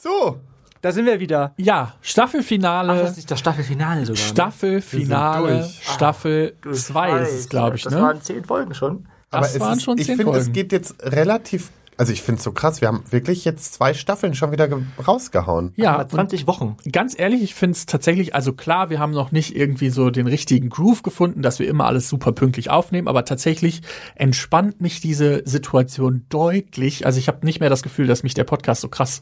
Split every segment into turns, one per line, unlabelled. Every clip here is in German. So,
Da sind wir wieder.
Ja, Staffelfinale.
das ist das Staffelfinale sogar. ne?
Staffelfinale.
durch.
Staffel
Ah, Du
2 ist es,
weißt,
glaube ich,
Das
ne?
waren zehn Folgen schon.
aber
Das
es
waren
ist,
schon
ich
zehn
finde, es
Folgen.
geht jetzt relativ. Also ich finde es so krass, wir haben wirklich jetzt zwei Staffeln schon wieder ge- rausgehauen.
Ja,
Aber 20 Wochen.
ganz ehrlich, ich finde es tatsächlich, also klar, wir haben noch nicht irgendwie so den richtigen Groove gefunden, dass wir immer alles super pünktlich aufnehmen, aber tatsächlich entspannt mich diese Situation deutlich. Also ich habe nicht mehr das Gefühl, dass mich der Podcast so krass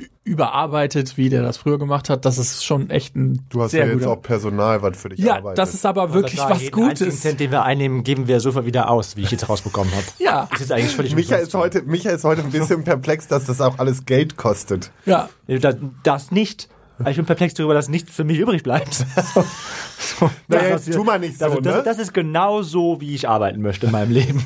ü- überarbeitet, wie der das früher gemacht hat. Das ist schon echt ein
Du hast
sehr
ja jetzt
guter.
auch Personal, was für dich
ja,
arbeitet.
das ist aber wirklich
Klar,
was
jeden einzigen
Gutes.
Cent, den wir einnehmen, geben wir sofort wieder aus, wie ich jetzt rausbekommen habe.
Ja.
Ist jetzt eigentlich völlig
Micha
umsonst.
ist, heute, Micha ist heute ein bisschen perplex, dass das auch alles Geld kostet.
Ja,
Nee, Das, das nicht. Ich bin perplex darüber, dass nichts für mich übrig bleibt. So, so,
Naja,
das-
jetzt tu mal nicht
das,
so,
das,
ne?
das ist genau so, wie ich arbeiten möchte in meinem Leben.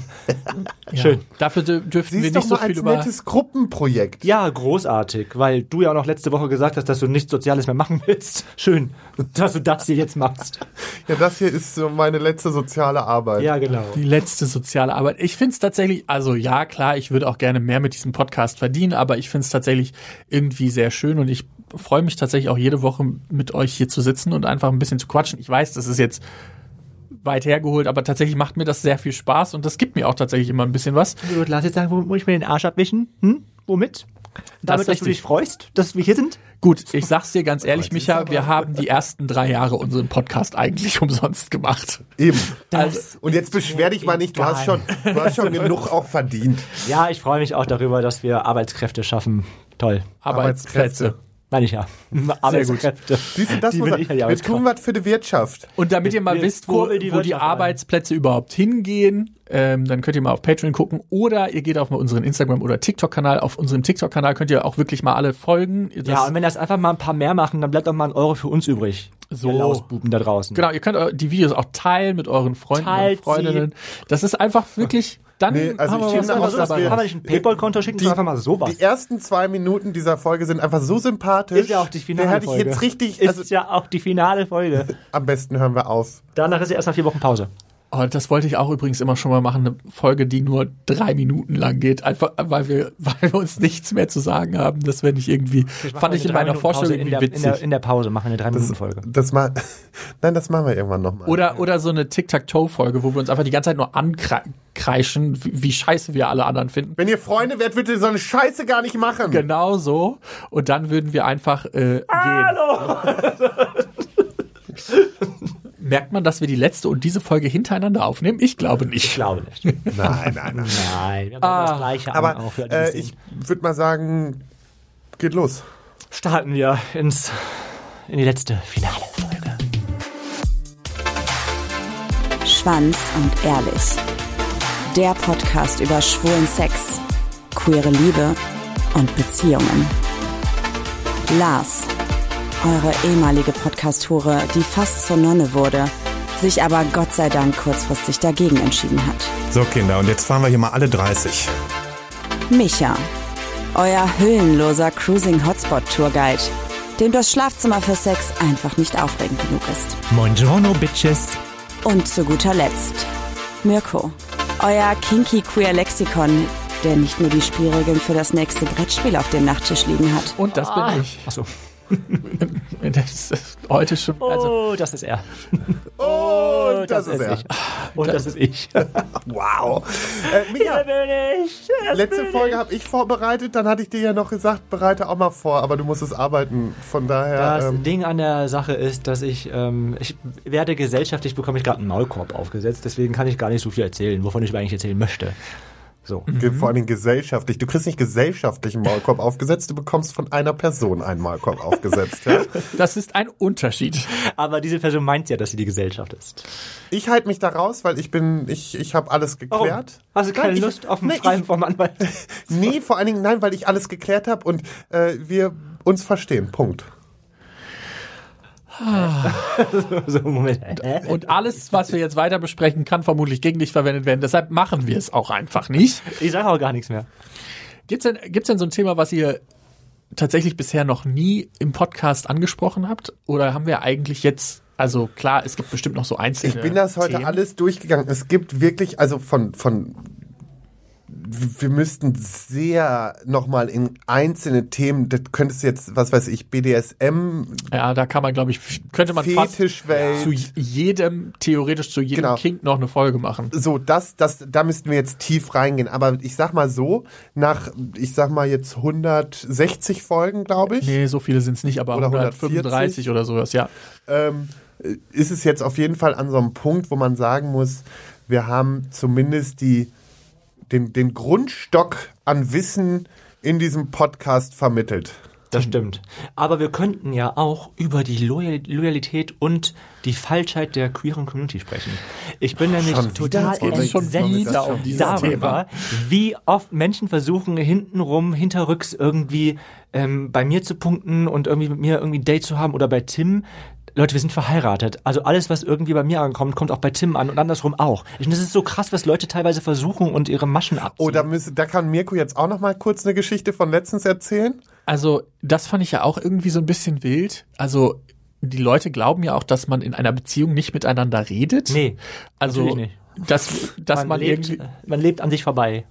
schön. Dafür dür- dürften wir
Siehst
nicht
doch
so
mal
viel
als
über.
nettes Gruppenprojekt.
Ja, großartig, weil du ja auch noch letzte Woche gesagt hast, dass du nichts Soziales mehr machen willst. Schön, dass du das hier jetzt machst.
Ja, das hier ist so meine letzte soziale Arbeit.
Ja, genau.
Die letzte soziale Arbeit. Ich finde es tatsächlich, also ja, klar, ich würde auch gerne mehr mit diesem Podcast verdienen, aber ich finde es tatsächlich irgendwie sehr schön und ich freue mich tatsächlich auch jede Woche mit euch hier zu sitzen und einfach ein bisschen zu quatschen. Ich weiß, das ist jetzt weit hergeholt, aber tatsächlich macht mir das sehr viel Spaß und das gibt mir auch tatsächlich immer ein bisschen was.
Du lass jetzt sagen, wo muss ich mir den Arsch abwischen? Hm? Womit? Damit, dass du
richtig.
dich freust, dass wir hier sind?
Gut, ich sag's dir ganz ehrlich, Micha, wir haben die ersten drei Jahre unseren Podcast eigentlich umsonst gemacht.
Eben.
Das
Und jetzt beschwer dich mal nicht, du hast schon, du hast schon genug auch verdient.
Ja, ich freue mich auch darüber, dass wir Arbeitskräfte schaffen. Toll.
Arbeitsplätze.
Arbeitsplätze.
Meine ich ja. Mhm, Arbeitskräfte.
Siehst du, das
Die
muss
bin ich ja die
wir tun
Arbeitskraft.
was für die Wirtschaft.
Und damit ihr mal
wir
wisst, wo
kurbeln
die,
die
wo die
Wirtschaft an.
Arbeitsplätze überhaupt hingehen, ähm, dann könnt ihr mal auf Patreon gucken oder ihr geht auf mal unseren Instagram- oder TikTok-Kanal. Auf unserem TikTok-Kanal könnt ihr auch wirklich mal alle folgen. Das,
Ja, und wenn das einfach mal ein paar mehr machen, dann bleibt doch mal ein Euro für uns übrig.
So.
Ihr Lausbuben da draußen.
genau, ihr könnt eu- die Videos auch teilen mit euren Freunden
Teilt
und Freundinnen. Das ist einfach wirklich, dann
Nee, also
haben
ich
wir was
finde auch,
anderes
dass
dabei.
wir-
Kann man nicht ein Paypal-Konto schicken, sondern einfach mal sowas.
Die ersten zwei Minuten dieser Folge sind einfach so sympathisch.
Ist ja auch die finale
Da hätte ich
Folge.
jetzt richtig,
Ist
also
ja auch die finale Folge.
am besten hören wir auf.
Danach ist ja erst nach vier Wochen Pause.
Oh, das wollte ich auch übrigens immer schon mal machen, eine Folge, die nur drei Minuten lang geht, einfach weil wir, weil wir uns nichts mehr zu sagen haben. Das wäre nicht irgendwie, fand ich in meiner Vorstellung
in
irgendwie
der,
witzig.
In der, in der Pause machen wir eine 3-Minuten-Folge.
Das mal, nein, das machen wir irgendwann nochmal.
Äh,
Oder, oder so eine Tic-Tac-Toe-Folge, wo wir uns einfach die ganze Zeit nur ankreischen, wie, wie scheiße wir alle anderen finden.
Wenn ihr Freunde werdet, würdet ihr so eine Scheiße gar nicht machen.
Genau so. Und dann würden wir einfach äh, gehen. Hallo! Merkt man, dass wir die letzte und diese Folge hintereinander aufnehmen? Ich glaube
Ich
nicht.
glaube nicht.
Nein, nein, nein.
Nein, wir haben ah, das gleiche an,
Aber
auch für alle, die
äh,
das sehen.
ich würde mal sagen, geht los.
starten wir ins, in die letzte finale Folge.
Schwanz und Ehrlich. Der Podcast über schwulen Sex, queere Liebe und Beziehungen. Lars, eure ehemalige Podcast-Hure, die fast zur Nonne wurde, sich aber Gott sei Dank kurzfristig dagegen entschieden hat.
So, Kinder, und jetzt fahren wir hier mal alle 30.
Micha, euer hüllenloser Cruising-Hotspot-Tourguide, dem das Schlafzimmer für Sex einfach nicht aufregend genug ist.
Buongiorno, Bitches.
Und zu guter Letzt Mirko, euer kinky queer Lexikon, der nicht nur die Spielregeln für das nächste Brettspiel auf dem Nachttisch liegen hat.
Und das bin ich.
Achso.
Das ist heute schon. Also,
Oh, das ist er.
Und
Oh,
Oh, das, ist er.
Und das ist ich.
Wow. Äh, Mika,
bin ich.
letzte Folge habe ich vorbereitet, dann hatte ich dir ja noch gesagt, bereite auch mal vor, aber du musst es arbeiten. Von daher.
Das
ähm,
Ding an der Sache ist, dass ich, ähm, ich werde gesellschaftlich, bekomme ich gerade einen Maulkorb aufgesetzt, deswegen kann ich gar nicht so viel erzählen, wovon ich eigentlich erzählen möchte. So.
Ge- Vor allem gesellschaftlich. Du kriegst nicht gesellschaftlichen Maulkorb aufgesetzt, du bekommst von einer Person einen Maulkorb aufgesetzt. Ja?
das ist ein Unterschied.
Aber diese Person meint ja, dass sie die Gesellschaft ist.
Ich halte mich da raus, weil ich bin, ich, ich habe alles geklärt.
Oh, Hast du keine
Nein, ich-
Lust auf einen
nee,
freien vom Anwalt?
Ich, nee, vor allen Dingen nein, weil ich alles geklärt habe und äh, wir uns verstehen. Punkt.
so, Moment.
Und alles, was wir jetzt weiter besprechen, kann vermutlich gegen dich verwendet werden. Deshalb machen wir es auch einfach nicht.
Ich sage auch gar nichts mehr.
Gibt's denn, gibt's denn so ein Thema, was ihr tatsächlich bisher noch nie im Podcast angesprochen habt? Oder haben wir eigentlich jetzt, also klar, es gibt bestimmt noch so einzelne.
Ich bin das heute
Themen.
alles durchgegangen. Es gibt wirklich, also von, von wir müssten sehr nochmal in einzelne Themen, das könntest du jetzt, was weiß ich, BDSM,
Ja, da kann man, glaube ich, könnte man fast
Fetischwelt.
zu jedem, theoretisch zu jedem
Genau.
Kink noch eine Folge machen.
so, das, das, da müssten wir jetzt tief reingehen. Aber ich sag mal so, nach, ich sag mal jetzt 160 Folgen, glaube ich,
Nee, so viele sind es nicht, aber
Oder
135 oder sowas, ja.
ähm, ist es jetzt auf jeden Fall an so einem Punkt, wo man sagen muss, wir haben zumindest die, den, den Grundstock an Wissen in diesem Podcast vermittelt.
Das stimmt. Aber wir könnten ja auch über die Loyal Loyalität und die Falschheit der queeren Community sprechen. Ich bin nämlich
schon wieder?
total
Jetzt geht's
entsetzt
schon wieder
um dieses
darüber, wie oft Menschen versuchen, hintenrum, hinterrücks irgendwie ähm, bei mir zu punkten und irgendwie mit mir irgendwie ein Date zu haben oder bei Tim. Leute, wir sind verheiratet. Also alles, was irgendwie bei mir ankommt, kommt auch bei Tim an und andersrum auch. Ich finde, das ist so krass, was Leute teilweise versuchen und ihre Maschen abziehen.
Oh, da, müsse, da kann Mirko jetzt auch noch mal kurz eine Geschichte von letztens erzählen.
Also, das fand ich ja auch irgendwie so ein bisschen wild. Also, die Leute glauben ja auch, dass man in einer Beziehung nicht miteinander redet.
Nee,
also
natürlich nicht.
dass dass man,
lebt,
irgendwie
man lebt an sich vorbei.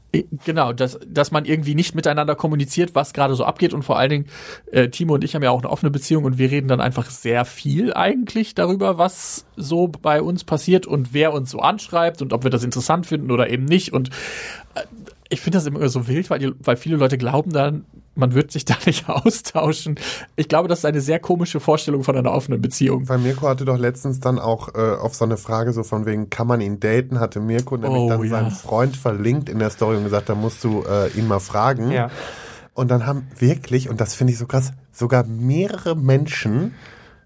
genau, dass dass man irgendwie nicht miteinander kommuniziert, was gerade so abgeht und vor allen Dingen äh, Timo und ich haben ja auch eine offene Beziehung und wir reden dann einfach sehr viel eigentlich darüber, was so bei uns passiert und wer uns so anschreibt und ob wir das interessant finden oder eben nicht und äh, ich finde das immer so wild, weil, die, weil viele Leute glauben dann, man wird sich da nicht austauschen. Ich glaube, das ist eine sehr komische Vorstellung von einer offenen Beziehung.
Weil Mirko hatte doch letztens dann auch äh, auf so eine Frage so von wegen, kann man ihn daten, hatte Mirko nämlich
Oh,
dann
ja.
seinen Freund verlinkt in der Story und gesagt, da musst du äh, ihn mal fragen.
Ja.
Und dann haben wirklich, und das finde ich so krass, sogar mehrere Menschen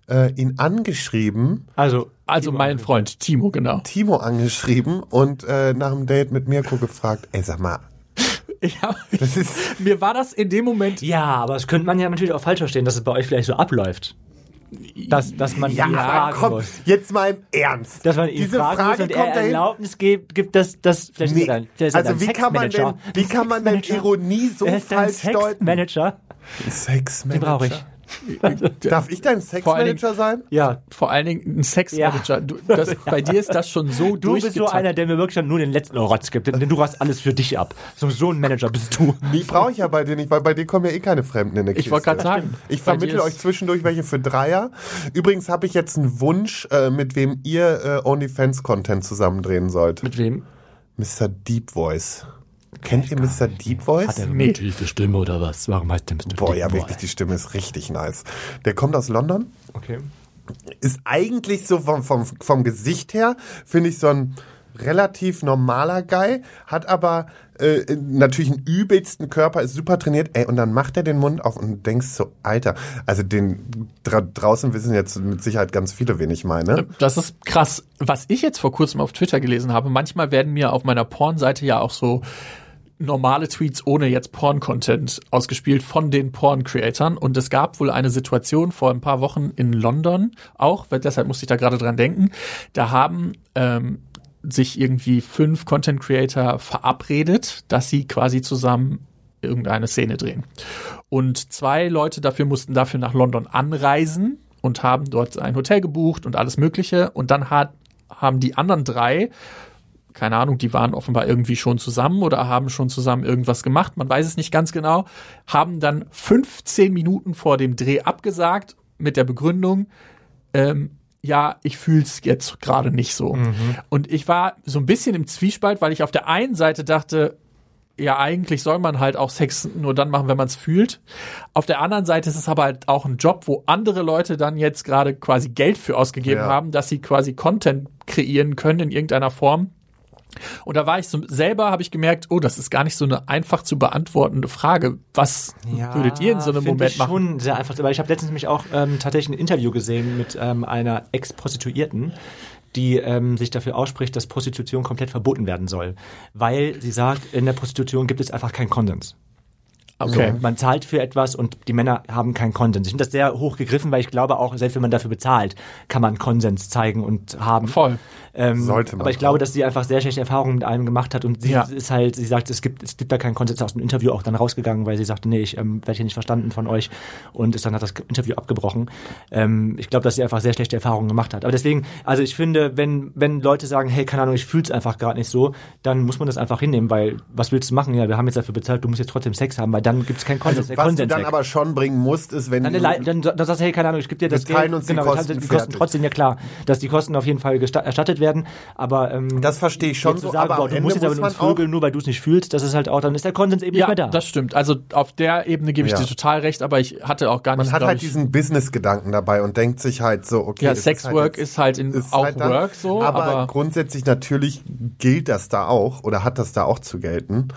äh, ihn angeschrieben,
Also,
Also mein Freund Timo, genau.
Timo angeschrieben und äh, nach dem Date mit Mirko gefragt, ey, sag mal,
Ich hab,
das ist,
mir war das in dem Moment
Ja, aber das könnte man ja natürlich auch falsch verstehen, dass es bei euch vielleicht so abläuft. Dass, dass man
ja,
ihn fragen
komm,
muss.
jetzt mal im Ernst.
Dass man ihn
Diese
fragen
Frage
muss und
kommt
er
dahin,
Erlaubnis gibt, gibt das, das vielleicht ist
Nee.
er dann, vielleicht ist er
Also
dann
wie kann man denn,
Sexmanager.
wie kann man denn
Sexmanager.
Ironie so
er ist dein
falsch deuten?
Sexmanager. Den
Sexmanager.
brauche ich.
Darf ich dein
Vor allen Dingen-
Sexmanager sein?
Ja.
vor allen Dingen ein Sexmanager.
Ja.
Du, das, Bei dir ist das schon so
Du bist so einer, der mir wirklich nur den letzten Rotz gibt, denn du hast alles für dich ab. So, so ein Manager bist du.
Die brauche ich ja bei dir nicht, weil bei dir kommen ja eh keine Fremden in der Kiste.
Ich wollte gerade sagen.
Ich
bei dir
vermittle
ist-
euch zwischendurch welche für Dreier. Übrigens habe ich jetzt einen Wunsch, äh, mit wem ihr äh, OnlyFans-Content zusammendrehen sollt.
Mit wem?
Mr. Deep Voice. Kennt ihr Mr. Deep Voice?
Der
Nee.
nee. tiefe Stimme oder was? Warum heißt der Mr.
Boah,
Dick
ja,
Boy?
wirklich, die Stimme ist richtig nice. Der kommt aus London,
Okay.
ist eigentlich so vom, vom, vom Gesicht her, finde ich so ein relativ normaler Guy, hat aber äh, natürlich einen übelsten Körper, ist super trainiert, ey, und dann macht er den Mund auf und du denkst so, Alter, also den dra draußen wissen jetzt mit Sicherheit ganz viele, wen ich meine.
Das ist krass. Was ich jetzt vor kurzem auf Twitter gelesen habe, manchmal werden mir auf meiner Porn-Seite ja auch so normale Tweets ohne jetzt Porn-Content ausgespielt von den Porn-Creatern. Und es gab wohl eine Situation vor ein paar Wochen in London auch, weil deshalb musste ich da gerade dran denken. Da haben ähm, sich irgendwie fünf Content-Creator verabredet, dass sie quasi zusammen irgendeine Szene drehen. Und zwei Leute dafür mussten dafür nach London anreisen und haben dort ein Hotel gebucht und alles Mögliche. Und dann hat, haben die anderen drei, keine Ahnung, die waren offenbar irgendwie schon zusammen oder haben schon zusammen irgendwas gemacht, man weiß es nicht ganz genau, haben dann 15 Minuten vor dem Dreh abgesagt mit der Begründung, ähm, ja, ich fühl's jetzt gerade nicht so. Und ich war so ein bisschen im Zwiespalt, weil ich auf der einen Seite dachte, ja, eigentlich soll man halt auch Sex nur dann machen, wenn man es fühlt. Auf der anderen Seite ist es aber halt auch ein Job, wo andere Leute dann jetzt gerade quasi Geld für ausgegeben
Ja.
haben, dass sie quasi Content kreieren können in irgendeiner Form. Und da war ich so, selber, habe ich gemerkt, oh, das ist gar nicht so eine einfach zu beantwortende Frage. Was würdet ihr in so einem
find
Moment
ich
machen?
schon sehr einfach, weil ich habe letztens nämlich auch ähm, tatsächlich ein Interview gesehen mit ähm, einer Ex-Prostituierten, die ähm, sich dafür ausspricht, dass Prostitution komplett verboten werden soll, weil sie sagt, in der Prostitution gibt es einfach keinen Konsens. Okay. So, man zahlt für etwas und die Männer haben keinen Konsens. Ich finde das sehr hoch gegriffen, weil ich glaube auch, selbst wenn man dafür bezahlt, kann man Konsens zeigen und haben.
Voll.
Ähm,
Sollte man
Aber ich glaube, dass sie einfach sehr schlechte Erfahrungen mit allem gemacht hat und sie
Ja.
ist halt, sie sagt, es gibt, es gibt da keinen Konsens aus dem Interview auch dann rausgegangen, weil sie sagte, nee, ich ähm, werde hier nicht verstanden von euch und ist dann hat das Interview abgebrochen. Ähm, ich glaube, dass sie einfach sehr schlechte Erfahrungen gemacht hat. Aber deswegen, also ich finde, wenn, wenn Leute sagen, hey, keine Ahnung, ich fühle es einfach gerade nicht so, dann muss man das einfach hinnehmen, weil was willst du machen? Ja, wir haben jetzt dafür bezahlt, du musst jetzt trotzdem Sex haben, weil dann gibt es keinen Konsens. der
Also Was du
Konsens
dann
weg.
aber schon bringen musst, ist, wenn
Dann,
du,
erlei- dann, dann sagst du, hey, keine Ahnung, ich gebe dir das
Mhm. teilen
Geld. Genau,
uns die
wir teilen
Kosten,
die Kosten
fertig.
trotzdem, ja klar. Dass die Kosten auf jeden Fall gesta- erstattet werden, aber... Ähm,
das verstehe ich schon
jetzt zu
so,
sagen,
aber
boah,
am
du
Ende
musst jetzt aber
muss
mit
man
uns
auch,
vögeln, nur weil du es nicht fühlst, das ist halt auch, dann ist der Konsens eben nicht
Ja,
mehr da.
das stimmt. Also auf der Ebene gebe ich
Ja.
dir total recht, aber ich hatte auch gar nicht.
man hat
glaub
halt
ich-
diesen Business-Gedanken dabei und denkt sich halt so, okay.
ja,
es ist
Sexwork
halt jetzt-
ist halt, in,
ist
auch
halt dann-
Work so,
aber,
aber,
grundsätzlich natürlich gilt das da auch oder hat das da auch zu gelten.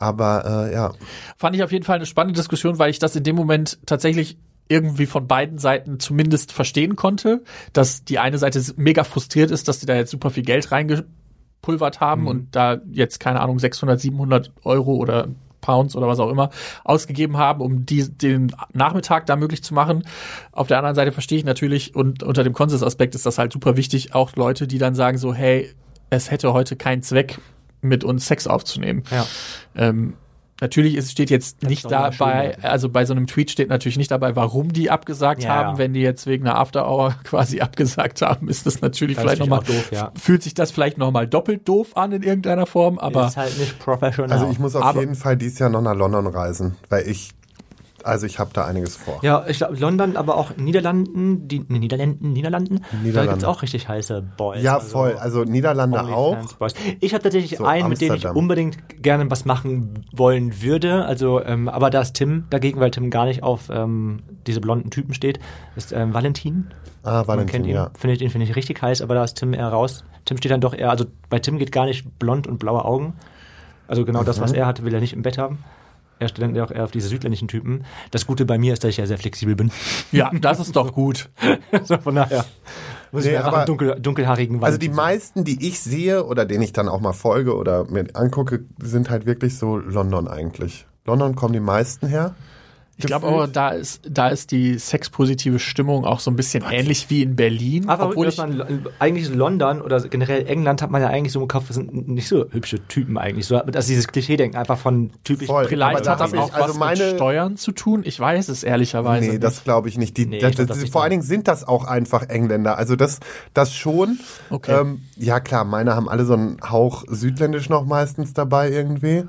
Aber äh, ja,
fand ich auf jeden Fall eine spannende Diskussion, weil ich das in dem Moment tatsächlich irgendwie von beiden Seiten zumindest verstehen konnte, dass die eine Seite mega frustriert ist, dass die da jetzt super viel Geld reingepulvert haben und da jetzt keine Ahnung 600, 700 Euro oder Pounds oder was auch immer ausgegeben haben, um die, den Nachmittag da möglich zu machen. Auf der anderen Seite verstehe ich natürlich und unter dem Konsensaspekt ist das halt super wichtig, auch Leute, die dann sagen so, hey, es hätte heute keinen Zweck, mit uns Sex aufzunehmen.
Ja.
Ähm, natürlich ist, steht jetzt nicht
doch immer
dabei,
schön.
also bei so einem Tweet steht natürlich nicht dabei, warum die abgesagt
ne? Ja,
haben.
ja.
Wenn die jetzt wegen einer After Hour quasi abgesagt haben, ist das natürlich
Das ist
vielleicht nochmal,
natürlich auch doof, ja.
fühlt sich das vielleicht nochmal doppelt doof an in irgendeiner Form, aber
ist halt nicht professional.
also ich muss auf
aber-
jeden Fall dieses Jahr noch nach London reisen, weil ich, also ich habe da einiges vor.
ja, ich glaube, London, aber auch Niederlanden, die nee, Niederlanden, Niederlanden, da
Niederlande.
gibt's auch richtig heiße Boys.
Ja,
also
voll. Also Niederlande
OnlyFans
auch.
Boys. Ich habe tatsächlich
So,
einen, mit dem ich
Amsterdam.
unbedingt gerne was machen wollen würde. Also, ähm, aber da ist Tim dagegen, weil Tim gar nicht auf ähm, diese blonden Typen steht, ist ähm, Valentin.
Ah,
Man
Valentin,
kennt ihn,
ja.
finde ich, den finde ich richtig heiß, aber da ist Tim eher raus. Tim steht dann doch eher, also bei Tim geht gar nicht blond und blaue Augen. Also genau das,
Mhm.
was er hatte, will er nicht im Bett haben. Er steht dann ja auch eher auf diese südländischen Typen. Das Gute bei mir ist, dass ich ja sehr flexibel bin.
ja, das ist doch gut.
so, von daher muss
Nee,
ich mir einfach
aber-
einen dunkel, dunkelhaarigen
Also die
Valentin-
meisten, die ich sehe oder denen ich dann auch mal folge oder mir angucke, sind halt wirklich so London eigentlich. London kommen die meisten her.
Ich glaube aber, da ist, da ist die sexpositive Stimmung auch so ein bisschen ähnlich wie in Berlin.
Aber obwohl
obwohl ich,
man eigentlich London oder generell England hat man ja eigentlich so im Kopf, das sind nicht so hübsche Typen eigentlich. So, dass dieses Klischee-Denken einfach von typisch
Voll.
vielleicht
Aber
hat
da
das
hab ich-
auch
also
was
meine-
mit Steuern zu tun. Ich weiß es ehrlicherweise.
Nee,
nicht.
das glaube ich nicht. Die,
Nee,
das,
ich glaub,
das,
das nicht
vor
mehr.
allen Dingen sind das auch einfach Engländer. Also das, das schon.
Okay.
Ähm, ja klar, meine haben alle so einen Hauch südländisch noch meistens dabei irgendwie.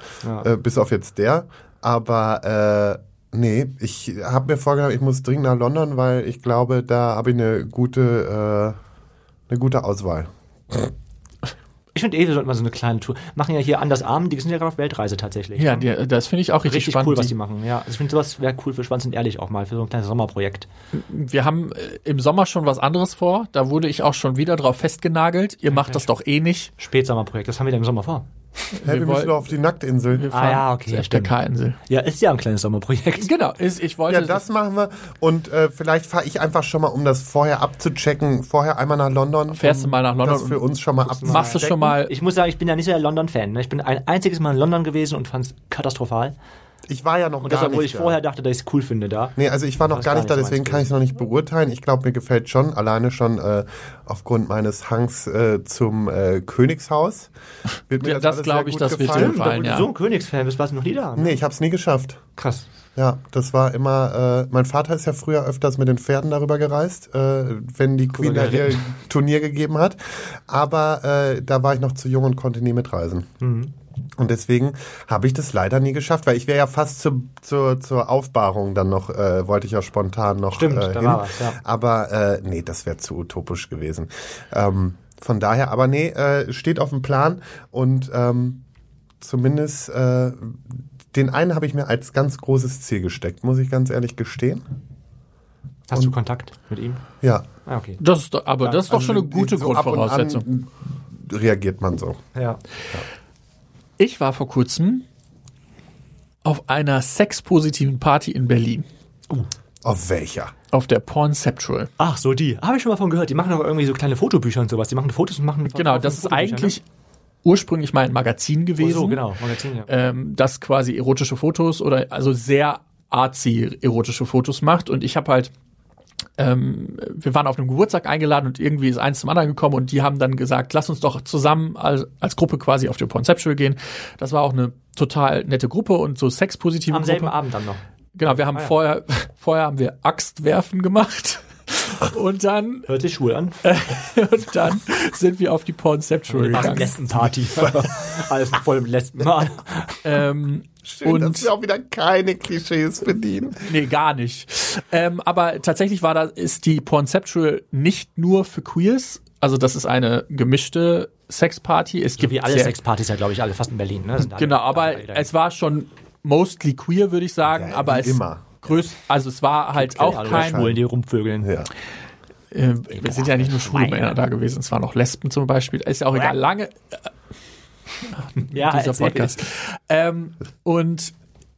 Äh, bis auf jetzt der. Aber äh, nee, ich habe mir vorgenommen, ich muss dringend nach London, weil ich glaube, da habe ich eine gute, äh, eine gute Auswahl.
Ich finde eh, wir sollten mal so eine kleine Tour. Machen ja hier anders Arm, die sind ja gerade auf Weltreise tatsächlich.
ja, die, das finde ich auch richtig,
richtig
spannend.
cool, was
die-
die machen. Ja, also ich finde sowas wäre cool für Schwanz und Ehrlich auch mal, für so ein kleines Sommerprojekt.
Wir haben äh, im Sommer schon was anderes vor. Da wurde ich auch schon wieder drauf festgenagelt. Ihr macht das doch eh nicht.
Spätsommerprojekt, das haben wir dann im Sommer vor.
Hä, wir, müssen
wollten-
doch auf die Nacktinsel.
Wir fahren
ja, okay,
Zur
stimmt.
FDK-Insel.
Ja, ist ja ein kleines Sommerprojekt.
Genau, ist, ich wollte.
Ah, Ja, das machen wir. Und äh, vielleicht fahre ich einfach schon mal, um das vorher abzuchecken, vorher einmal nach London.
Fährst du
um
mal nach London
Das für
und
uns schon mal
machst du
abzuchecken.
schon mal.
Ich muss sagen, ich bin ja nicht so der London-Fan. Ne? Ich bin ein einziges Mal in London gewesen und fand es katastrophal.
Ich war ja noch
Und
gar
das, obwohl
nicht
ich
da.
vorher dachte, dass ich es cool finde da.
Nee, also ich war noch
Das
gar
gar
nicht da,
nicht
deswegen
meins
kann ich es noch nicht beurteilen. Ich glaube, mir gefällt schon, alleine schon äh, aufgrund meines Hangs äh, zum äh, Königshaus. Wird
Ja, das
alles
glaub
sehr
ich,
gut
das wird dir
gefallen.
gefallen.
Obwohl
ja.
du so ein Königsfan bist, warst du noch nie da. Ne?
Nee, ich habe es nie geschafft.
Krass.
Ja, das war immer, äh, mein Vater ist ja früher öfters mit den Pferden darüber gereist, äh, wenn die Queen da ihr Turnier gegeben hat. Aber äh, da war ich noch zu jung und konnte nie mitreisen. Und deswegen habe ich das leider nie geschafft, weil ich wäre ja fast zur zur, zur Aufbahrung dann noch, äh, wollte ich ja spontan noch
Stimmt,
äh,
da
hin.
war was, ja.
Aber äh, nee, das wäre zu utopisch gewesen. Ähm, von daher, aber nee, äh, steht auf dem Plan und ähm, zumindest äh, den einen habe ich mir als ganz großes Ziel gesteckt, muss ich ganz ehrlich gestehen.
Hast du Kontakt mit ihm?
Ja.
Ah, okay.
Das ist doch, aber das ist doch schon eine
Also,
gute
so ab und an
Grundvoraussetzung.
Reagiert man so.
Ja.
Ich war vor kurzem auf einer sexpositiven Party in Berlin.
Auf welcher?
Auf der Pornceptual.
Ach so, die. Habe ich schon mal von gehört. Die machen auch irgendwie so kleine Fotobücher und sowas. Die machen Fotos und machen.
ne?
Genau, das ist
Fotobücher,
eigentlich ursprünglich mal ein Magazin gewesen,
so, genau, Magazin, ja.
ähm, das quasi erotische Fotos oder also sehr arzi erotische Fotos macht. Und ich habe halt ähm, wir waren auf einem Geburtstag eingeladen und irgendwie ist eins zum anderen gekommen und die haben dann gesagt, lass uns doch zusammen als, als Gruppe quasi auf die Conceptual gehen. Das war auch eine total nette Gruppe und so sexpositive
Am selben
Gruppe.
Abend dann noch.
Genau, wir haben
ja.
vorher, vorher haben wir Axtwerfen gemacht. Und dann,
Hört sich schwul an.
Äh, und dann sind wir auf die Pornceptual gegangen.
Lesbenparty. Alles voll im Lesbenmal.
Ähm,
Schön,
und
dass wir auch wieder keine Klischees bedienen.
Nee, gar nicht. Ähm, aber tatsächlich war da, ist die Pornceptual nicht nur für Queers. Also das ist eine gemischte Sexparty. Es gibt
Wie alle
sehr-
Sexpartys ja, glaube ich, alle fast in Berlin. Ne? Sind alle-
Genau,
alle
aber
dahin.
es war schon mostly queer, würde ich sagen.
Ja,
aber
wie
es
immer.
größt, also es war halt auch
alle
kein.
Schwulen, die rumvögeln.
Ja.
Äh, wir sind ja nicht nur schwule
Schweine.
Männer da gewesen, es waren auch Lesben zum Beispiel. Ist ja auch egal. Lange,
Ja,
dieser
erzähl.
Podcast. Ähm, und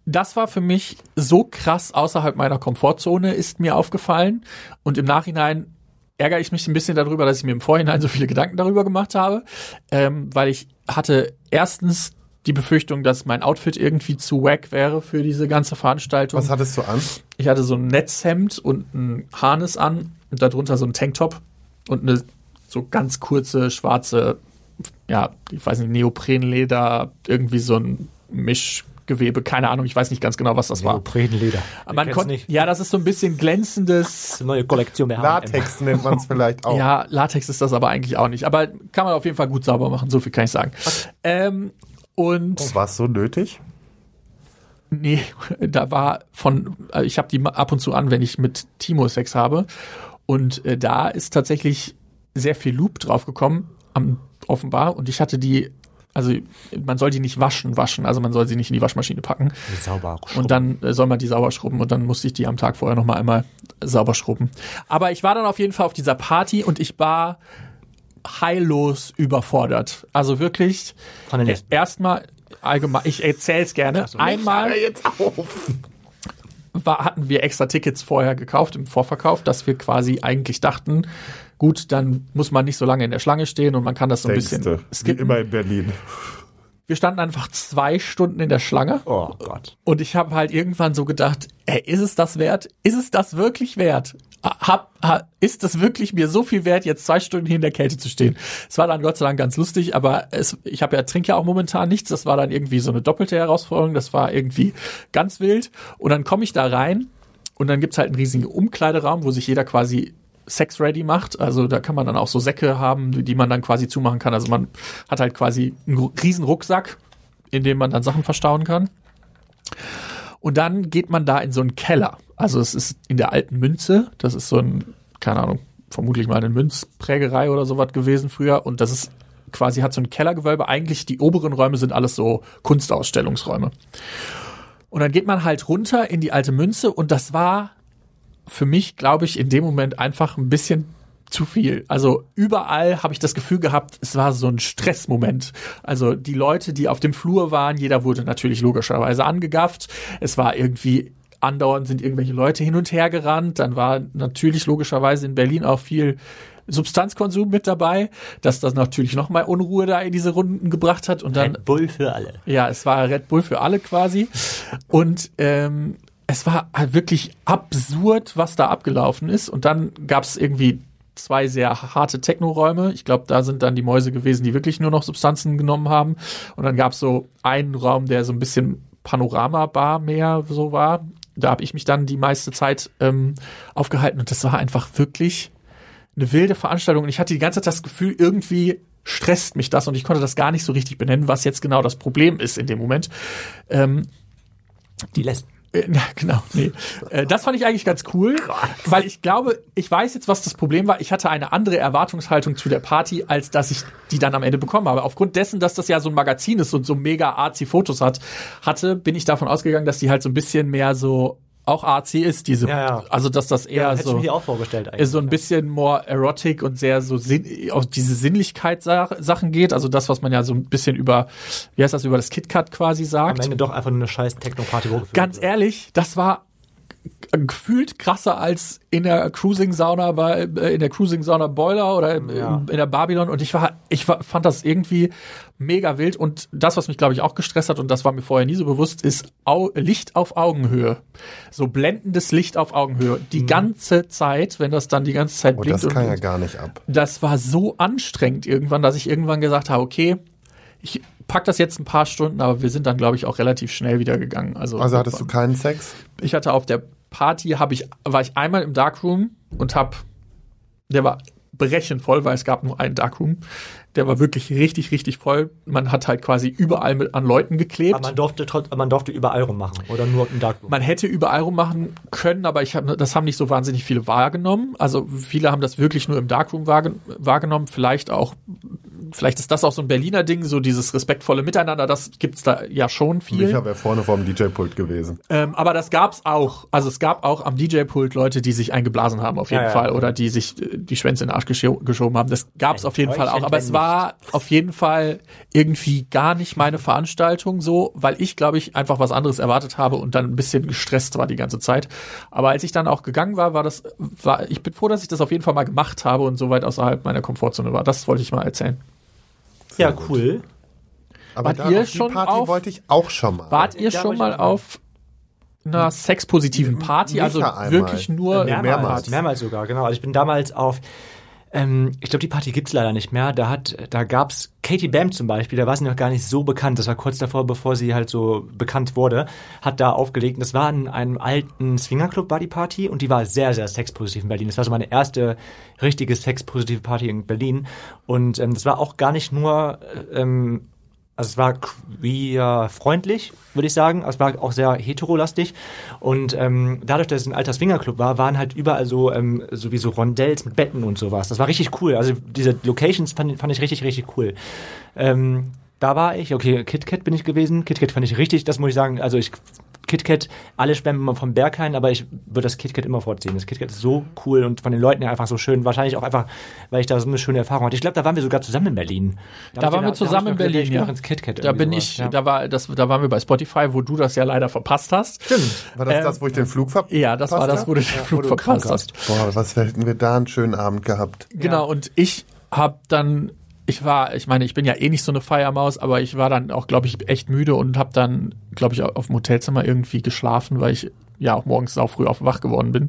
das war für mich so krass außerhalb meiner Komfortzone, ist mir aufgefallen. Und im Nachhinein ärgere ich mich ein bisschen darüber, dass ich mir im Vorhinein so viele Gedanken darüber gemacht habe, ähm, weil ich hatte erstens die Befürchtung, dass mein Outfit irgendwie zu wack wäre für diese ganze Veranstaltung.
Was hattest du an?
Ich hatte so ein Netzhemd und ein Harness an und darunter so ein Tanktop und eine so ganz kurze schwarze, ja, ich weiß nicht, Neoprenleder, irgendwie so ein Mischgewebe, keine Ahnung, ich weiß nicht ganz genau, was das war.
Neoprenleder.
Aber Man kon-
nicht.
ja, das ist so ein bisschen glänzendes.
Das ist eine neue Kollektion der H&M.
Latex nennt man es vielleicht auch.
Ja, Latex ist das aber eigentlich auch nicht. Aber kann man auf jeden Fall gut sauber machen, so viel kann ich sagen. Ähm, und
War es so nötig?
Nee, da war von, äh, ich habe die ma- ab und zu an, wenn ich mit Timo Sex habe. Und äh, da ist tatsächlich sehr viel Loop draufgekommen, am, offenbar. Und ich hatte die, also man soll die nicht waschen, waschen. Also man soll sie nicht in die Waschmaschine packen.
Sauber.
Und dann äh, soll man die sauber schrubben. Und dann musste ich die am Tag vorher nochmal einmal sauber schrubben. Aber ich war dann auf jeden Fall auf dieser Party und ich war heillos überfordert. Also wirklich,
Von den Lesben.
erstmal allgemein, ich erzähl's gerne. Einmal
jetzt auf.
war, hatten wir extra Tickets vorher gekauft im Vorverkauf, dass wir quasi eigentlich dachten, gut, dann muss man nicht so lange in der Schlange stehen und man kann das so ein
Denkste.
bisschen
Wie
skippen.
immer in Berlin.
Wir standen einfach zwei Stunden in der Schlange
Oh Gott.
und ich habe halt irgendwann so gedacht, ey, ist es das wert? Ist es das wirklich wert? Hab, ha, ist es wirklich mir so viel wert, jetzt zwei Stunden hier in der Kälte zu stehen? Es war dann Gott sei Dank ganz lustig, aber es, ich habe ja trinke ja auch momentan nichts. Das war dann irgendwie so eine doppelte Herausforderung. Das war irgendwie ganz wild. Und dann komme ich da rein und dann gibt's halt einen riesigen Umkleideraum, wo sich jeder quasi Sex ready macht. Also da kann man dann auch so Säcke haben, die- die man dann quasi zumachen kann. Also man hat halt quasi einen gro- riesen Rucksack, in dem man dann Sachen verstauen kann. Und dann geht man da in so einen Keller. Also es ist in der alten Münze. Das ist so ein, keine Ahnung, vermutlich mal eine Münzprägerei oder sowas gewesen früher. Und das ist quasi hat so ein Kellergewölbe. Eigentlich die oberen Räume sind alles so Kunstausstellungsräume. Und dann geht man halt runter in die alte Münze und das war für mich, glaube ich, in dem Moment einfach ein bisschen zu viel. Also überall habe ich das Gefühl gehabt, es war so ein Stressmoment. Also die Leute, die auf dem Flur waren, jeder wurde natürlich logischerweise angegafft. Es war irgendwie andauernd sind irgendwelche Leute hin und her gerannt. Dann war natürlich logischerweise in Berlin auch viel Substanzkonsum mit dabei, dass das natürlich nochmal Unruhe da in diese Runden gebracht hat. Und dann
Red Bull für alle.
ja, es war Red Bull für alle quasi. Und ähm, es war halt wirklich absurd, was da abgelaufen ist. Und dann gab's irgendwie zwei sehr harte Techno-Räume. Ich glaube, da sind dann die Mäuse gewesen, die wirklich nur noch Substanzen genommen haben. Und dann gab's so einen Raum, der so ein bisschen Panorama-Bar mehr so war. Da habe ich mich dann die meiste Zeit ähm, aufgehalten. Und das war einfach wirklich eine wilde Veranstaltung und ich hatte die ganze Zeit das Gefühl, irgendwie stresst mich das und ich konnte das gar nicht so richtig benennen, was jetzt genau das Problem ist in dem Moment. Ähm,
Die Lesben.
äh, na, genau, nee. Äh, das fand ich eigentlich ganz cool, weil ich glaube, ich weiß jetzt, was das Problem war. Ich hatte eine andere Erwartungshaltung zu der Party, als dass ich die dann am Ende bekommen habe. Aufgrund dessen, dass das ja so ein Magazin ist und so mega arzi Fotos hat, hatte, bin ich davon ausgegangen, dass die halt so ein bisschen mehr so auch arzi ist, diese,
Ja, ja.
also dass das eher
hätte ich
so
mir die auch vorgestellt eigentlich.
ist so ein bisschen more erotic und sehr so sinn, auf diese Sinnlichkeit Sachen geht, also das, was man ja so ein bisschen über, wie heißt das, über das KitKat quasi
Am
sagt.
Ende doch einfach nur eine scheiß Techno-Party. wo gefühlt
Ganz
wird.
ehrlich, das war gefühlt krasser als in der Cruising Sauna bei äh, in der Cruising Sauna Boiler oder im,
Ja.
im, in der Babylon und ich war ich war, fand das irgendwie mega wild und das was mich glaube ich auch gestresst hat und das war mir vorher nie so bewusst ist Au Licht auf Augenhöhe so blendendes Licht auf Augenhöhe die ganze Zeit wenn das dann die ganze Zeit
Mhm. Oh,
blinkt
das kann
und
ja gar nicht ab.
das war so anstrengend irgendwann, dass ich irgendwann gesagt habe, okay, ich pack das jetzt ein paar Stunden, aber wir sind dann, glaube ich, auch relativ schnell wieder gegangen. Also,
Also hattest du keinen Sex?
ich hatte auf der Party, hab ich, war ich einmal im Darkroom und hab, der war brechend voll, weil es gab nur einen Darkroom. Der war wirklich richtig, richtig voll. Man hat halt quasi überall mit, an Leuten geklebt.
Aber man durfte, trotz, aber man durfte überall rummachen oder nur im Darkroom.
Man hätte überall rummachen können, aber ich hab, das haben nicht so wahnsinnig viele wahrgenommen. Also viele haben das wirklich nur im Darkroom wahrgen- wahrgenommen. Vielleicht auch, vielleicht ist das auch so ein Berliner Ding, so dieses respektvolle Miteinander, das gibt's da ja schon
Ich
viel.
wäre vorne vorm DJ-Pult gewesen.
Ähm, aber das gab's auch. Also es gab auch am DJ-Pult Leute, die sich eingeblasen haben, auf jeden
Ja, ja.
Fall, oder die sich äh, die Schwänze in den Arsch gescho- geschoben haben. Das gab's
Ein
auf jeden Fall auch.
Täuschchen,
Aber
wenn
es war auf jeden Fall irgendwie gar nicht meine Veranstaltung so, weil ich, glaube ich, einfach was anderes erwartet habe und dann ein bisschen gestresst war die ganze Zeit. Aber als ich dann auch gegangen war, war das, war, ich bin froh, dass ich das auf jeden Fall mal gemacht habe und so weit außerhalb meiner Komfortzone war. Das wollte ich mal erzählen.
ja, cool.
Aber
Wart
da
ihr
auf die
schon
Party
auf-
wollte ich auch schon mal.
Wart ihr
Ja, wollte
schon
ich
mal
auch mal.
auf einer sexpositiven Party?
Nicht
Also
ja einmal.
wirklich nur
Mehrmals.
mehrmals. Mehrmals sogar, genau. Also ich bin damals auf, ähm, ich glaube, die Party gibt's leider nicht mehr. Da hat, da gab's Katie Bam zum Beispiel, da war sie noch gar nicht so bekannt. Das war kurz davor, bevor sie halt so bekannt wurde, hat da aufgelegt. Und das war in einem alten Swingerclub war die Party und die war sehr, sehr sexpositiv in Berlin. Das war so meine erste richtige sexpositive Party in Berlin. Und ähm, das war auch gar nicht nur äh, ähm, also es war queer freundlich, würde ich sagen. Es war auch sehr heterolastig. Und ähm, dadurch, dass es ein alter Swingerclub war, waren halt überall so ähm, sowieso Rondells mit Betten und sowas. Das war richtig cool. Also diese Locations fand, fand ich richtig, richtig cool. Ähm, da war ich, okay, KitKat bin ich gewesen. KitKat fand ich richtig, das muss ich sagen. Also ich KitKat, alle schwärmen immer vom Berghain, aber ich würde das KitKat immer vorziehen. Das KitKat ist so cool und von den Leuten her einfach so schön. Wahrscheinlich auch einfach, weil ich da so eine schöne Erfahrung hatte. Ich glaube, da waren wir sogar zusammen in Berlin.
Da
hab ich dir-
waren wir
hab ich
zusammen
noch
in
gesagt,
Berlin.
ich geh
ja.
noch ins KitKat
da bin
irgendwie
ich,
sowas, ja.
da war, das, da waren wir bei Spotify, wo du das ja leider verpasst hast. Stimmt.
War das das, wo ich den Flug verpasst
Ähm, Ja, das war das,
hab?
wo du den Flug verpasst hast.
Oh Boah, was hätten wir da einen schönen Abend gehabt.
Genau, und ich habe dann, ich war, ich meine, ich bin ja eh nicht so eine Feiermaus, aber ich war dann auch, glaube ich, echt müde und habe dann, glaube ich, auf dem Hotelzimmer irgendwie geschlafen, weil ich ja auch morgens auch früh auf wach geworden bin.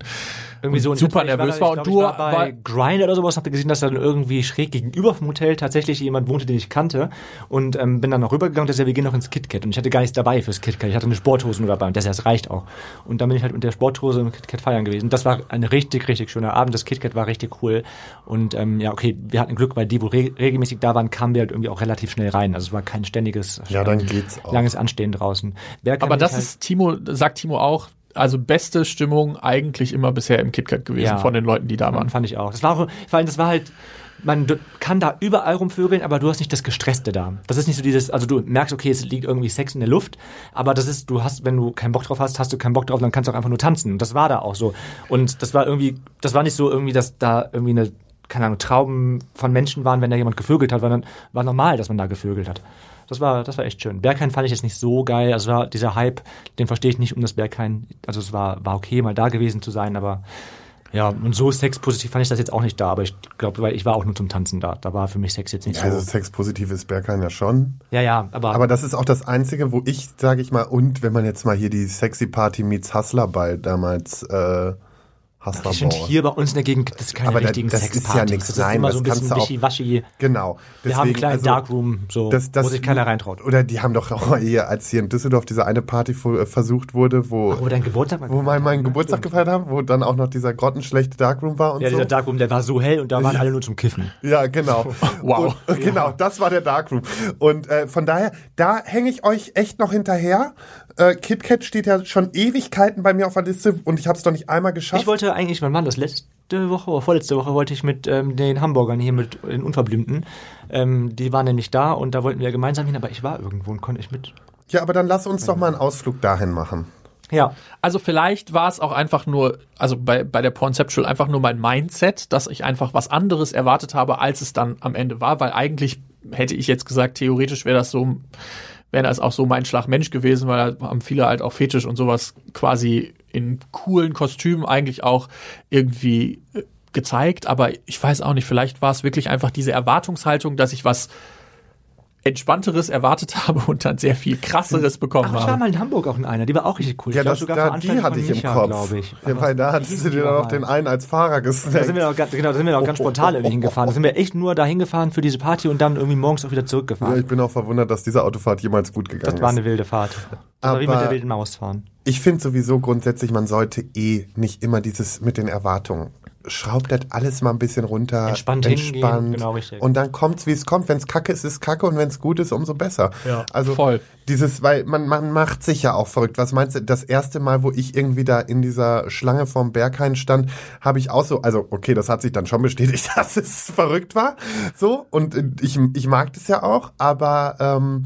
irgendwie so
und super
ich da-
nervös
ich
war
glaub,
und
ich
du
war bei
war-
Grind oder sowas, hab gesehen, dass da dann irgendwie schräg gegenüber vom Hotel tatsächlich jemand wohnte, den ich kannte und ähm, bin dann noch rübergegangen und der sagte, wir gehen noch ins KitKat und ich hatte gar nichts dabei fürs KitKat, ich hatte eine Sporthose nur dabei und das erst reicht auch und dann bin ich halt mit der Sporthose im KitKat feiern gewesen. Das war ein richtig, richtig schöner Abend, das KitKat war richtig cool und ähm, ja, okay, wir hatten Glück, weil die, wo re regelmäßig da waren, kamen wir halt irgendwie auch relativ schnell rein, also es war kein ständiges,
Ja, dann geht's auch.
langes Anstehen draußen. Wer kann
Aber
mich
das
halt-
ist Timo, sagt Timo auch, also beste Stimmung eigentlich immer bisher im KitKat gewesen
Ja.
von den Leuten, die da waren.
Fand ich auch. Das war auch, vor allem, das war halt, man d- kann da überall rumvögeln, aber du hast nicht das Gestresste da. Das ist nicht so dieses, also du merkst, okay, es liegt irgendwie Sex in der Luft, aber das ist, du hast, wenn du keinen Bock drauf hast, hast du keinen Bock drauf, dann kannst du auch einfach nur tanzen. Und das war da auch so. Und das war irgendwie, das war nicht so irgendwie, dass da irgendwie eine, keine Ahnung, Trauben von Menschen waren, wenn da jemand gevögelt hat, weil dann war normal, dass man da gevögelt hat. Das war, das war echt schön. Berghain fand ich jetzt nicht so geil. Also war dieser Hype, den verstehe ich nicht um das Berghain. Also es war, war okay, mal da gewesen zu sein, aber ja, und so sexpositiv fand ich das jetzt auch nicht da, aber ich glaube, weil ich war auch nur zum Tanzen da. Da war für mich Sex jetzt nicht
Also
so.
sexpositiv ist Berghain ja schon.
Ja, ja, aber,
Aber das ist auch das Einzige, wo ich, sage ich mal, und wenn man jetzt mal hier die Sexy Party meets Hustler Ball damals äh, Hustler
ich finde
Ball.
hier bei uns in der Gegend, das ist keine
Aber da-
richtigen
das ist ja
Sexpartys.
nix.
Das
Nein,
ist immer
das
so ein
kannst
bisschen
du auch-
wischiwaschi.
Genau.
Wir haben einen kleinen
also,
Darkroom, so,
das, das,
wo sich keiner reintraut.
Oder die haben doch auch hier, als hier in Düsseldorf diese eine Party vo- äh, versucht wurde, wo,
Wo dein Geburtstag mal
wo mein, meinen Geburtstag gefeiert haben, wo dann auch noch dieser grottenschlechte Darkroom war und
Ja,
so.
dieser Darkroom, der war so hell und da waren alle nur zum Kiffen.
Ja, genau.
Wow.
Und, Genau, das war der Darkroom. Und äh, von daher, da hänge ich euch echt noch hinterher. Äh, KitKat steht ja schon Ewigkeiten bei mir auf der Liste und ich habe es noch nicht einmal geschafft.
Ich wollte eigentlich, wann war das? Letzte Woche oder vorletzte Woche wollte ich mit ähm, den Hamburgern hier mit den Unverblümten. Ähm, die waren nämlich da und da wollten wir gemeinsam hin, aber ich war irgendwo und konnte nicht mit.
ja, aber dann lass uns doch mal einen Ausflug dahin machen.
Ja,
Also vielleicht war es auch einfach nur, also bei, bei der Pornceptual einfach nur mein Mindset, dass ich einfach was anderes erwartet habe, als es dann am Ende war, weil eigentlich hätte ich jetzt gesagt, theoretisch wäre das so, halt wäre das auch so mein Schlag Mensch gewesen, weil da haben viele halt auch Fetisch und sowas quasi in coolen Kostümen eigentlich auch irgendwie äh, gezeigt, aber ich weiß auch nicht, vielleicht war es wirklich einfach diese Erwartungshaltung, dass ich was entspannteres erwartet habe und dann sehr viel krasseres bekommen
Ach, ich war
habe.
mal in Hamburg auch in einer, die war auch richtig cool.
Ja,
ich glaub,
das, da, die
veranstaltet
hatte
von
ich im
Micha,
Kopf.
glaube ich.
Ja, weil da hattest du dir doch noch den Oh, einen als Fahrer
Da sind wir
gesnackt.
doch ganz, genau, da sind wir doch ganz spontan irgendwie hingefahren. Da sind wir echt nur dahin gefahren für diese Party und dann irgendwie morgens auch wieder
Ja,
zurückgefahren.
ich bin auch verwundert, dass diese Autofahrt jemals gut gegangen
Das war
ist.
eine wilde Fahrt. Das war wie mit
Aber-
der wilden Maus fahren.
Ich finde sowieso grundsätzlich, man sollte eh nicht immer dieses mit den Erwartungen. Schraubt das alles mal ein bisschen runter.
Entspannt hingehen, genau richtig.
Und dann kommt's, wie es kommt. Wenn's kacke ist, ist kacke. Und wenn's gut ist, umso besser.
Ja,
also
voll.
dieses, weil man, man macht sich ja auch verrückt. Was meinst du, das erste Mal, wo ich irgendwie da in dieser Schlange vorm Berghain stand, habe ich auch so, also okay, das hat sich dann schon bestätigt, dass es verrückt war. So, und äh, ich, ich mag das ja auch, aber ähm,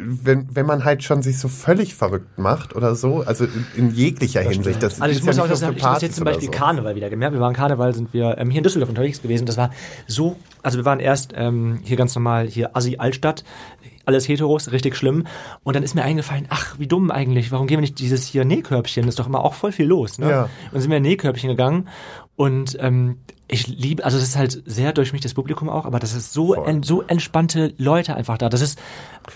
wenn, wenn man halt schon sich so völlig verrückt macht oder so, also in, in jeglicher Hinsicht. Das
Also ich
ist
muss
ja
auch
nicht nur
sagen,
für
ich habe
Partys
jetzt zum
oder
Beispiel
so.
Karneval wieder gemerkt. Wir waren Karneval, sind wir ähm, hier in Düsseldorf unterwegs gewesen. Das war so, also wir waren erst ähm, hier ganz normal, hier Assi-Altstadt, alles Heteros, richtig schlimm. Und dann ist mir eingefallen, ach, wie dumm eigentlich, warum gehen wir nicht dieses hier Nähkörbchen? Das ist doch immer auch voll viel los. Ne?
Ja.
Und sind wir in Nähkörbchen gegangen und ähm, ich liebe, also das ist halt sehr durch mich das Publikum auch, aber das ist so, en, so entspannte Leute einfach da. Das ist,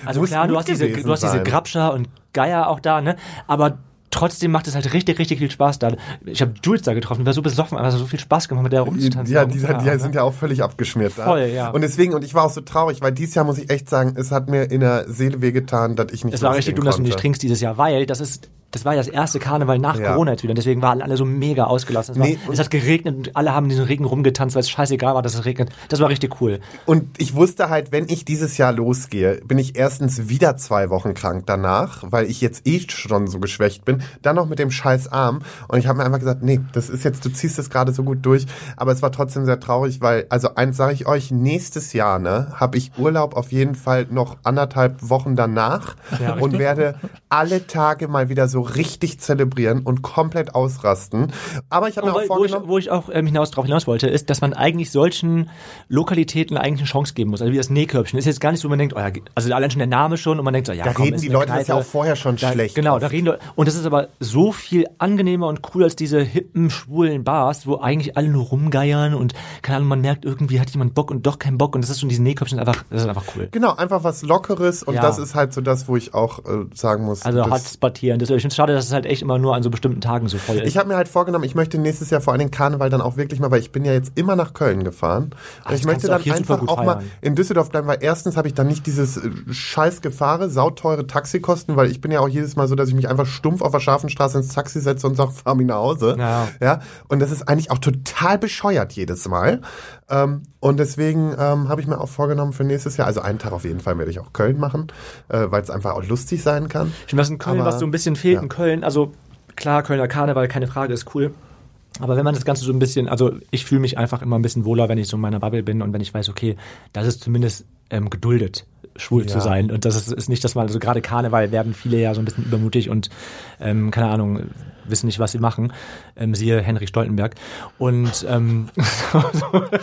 also
Muss
klar, du
gut
hast diese,
gewesen
du hast diese
sein.
Gra Rapscher und Geier auch da, ne? Aber trotzdem macht es halt richtig, richtig viel Spaß da. Ich habe Jules da getroffen, war so besoffen, aber es hat so viel Spaß gemacht, mit der rumzutanzen.
Ja, die, die,
Ja,
sind ja auch völlig abgeschmiert. da.
Voll, ja.
Und deswegen, und ich war auch so traurig, weil dieses Jahr muss ich echt sagen, es hat mir in der Seele wehgetan, dass ich nicht
Es war
losgehen
richtig dumm, dass du nicht
konnte.
trinkst dieses Jahr, weil das ist. Das war ja das erste Karneval nach
Ja.
Corona jetzt wieder. Und deswegen waren alle so mega ausgelassen. Es, war,
Nee, und-
es hat geregnet und alle haben in diesen Regen rumgetanzt, weil es scheißegal war, dass es regnet. Das war richtig cool.
Und ich wusste halt, wenn ich dieses Jahr losgehe, bin ich erstens wieder zwei Wochen krank danach, weil ich jetzt eh schon so geschwächt bin, dann noch mit dem scheiß Arm. Und ich habe mir einfach gesagt, nee, das ist jetzt, du ziehst das gerade so gut durch. Aber es war trotzdem sehr traurig, weil, also eins sage ich euch, nächstes Jahr, ne, habe ich Urlaub auf jeden Fall noch anderthalb Wochen danach und werde alle Tage mal wieder so richtig zelebrieren und komplett ausrasten. Aber ich habe mir auch
Wobei, wo, ich,
Genau, vorgenommen...
wo ich auch ähm, hinaus drauf hinaus wollte, ist, dass man eigentlich solchen Lokalitäten eigentlich eine Chance geben muss. Also wie das Nähkörbchen ist jetzt gar nicht so, man denkt, oh ja, also allein schon der Name schon und man denkt so, ja,
Da
komm,
reden
ist
die
eine
Leute das ja auch
Kneipe.
vorher schon
da,
schlecht.
Genau, da reden Leute. Und das ist aber so viel angenehmer und cooler als diese hippen, schwulen Bars, wo eigentlich alle nur rumgeiern und keine Ahnung, man merkt irgendwie hat jemand Bock und doch keinen Bock und das ist schon diese Nähkörbchen einfach, das ist einfach cool.
Genau, einfach was Lockeres und
Ja.
das ist halt so das, wo ich auch äh, sagen muss.
Also
das-
hart spatieren. Deswegen finde es schade, dass es halt echt immer nur an so bestimmten Tagen so voll ist.
ich habe mir halt vorgenommen, ich möchte nächstes Jahr vor allem Karneval dann auch wirklich mal, weil ich bin ja jetzt immer nach Köln gefahren. und
das
ich möchte
kannst du auch
dann
hier super
einfach
gut
auch mal
feiern.
in Düsseldorf bleiben, weil erstens habe ich dann nicht dieses äh, scheiß Gefahre, sauteure Taxikosten, weil ich bin ja auch jedes Mal so, dass ich mich einfach stumpf auf der scharfen Straße ins Taxi setze und sage, fahr mich nach Hause.
Ja.
ja. Und das ist eigentlich auch total bescheuert jedes Mal. Ähm, und deswegen ähm, habe ich mir auch vorgenommen für nächstes Jahr, also einen Tag auf jeden Fall werde ich auch Köln machen, äh, weil es einfach auch lustig sein kann.
Ich finde, was in Köln,
Aber-
was so ein bisschen fehlt
ja.
in Köln, also klar, Kölner Karneval, keine Frage, ist cool. Aber wenn man das Ganze so ein bisschen, also ich fühle mich einfach immer ein bisschen wohler, wenn ich so in meiner Bubble bin und wenn ich weiß, okay, das ist zumindest ähm, geduldet, schwul zu sein. Und das ist, ist nicht, dass man, also gerade Karneval werden viele ja so ein bisschen übermutig und ähm, keine Ahnung, wissen nicht, was sie machen. Ähm, siehe Henrik Stoltenberg. Und ähm,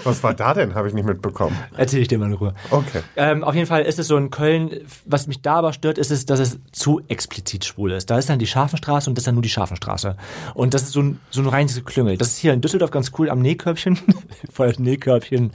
Was war da denn? Habe ich nicht mitbekommen.
erzähle ich dir mal in Ruhe.
Okay.
Ähm, auf jeden Fall ist es so in Köln, was mich da aber stört, ist es, dass es zu explizit schwul ist. Da ist dann die Scharfenstraße und das ist dann nur die Scharfenstraße. Und das ist so ein, so ein reines Geklüngel. Das ist hier in Düsseldorf ganz cool am Nähkörbchen. Voll das Nähkörbchen.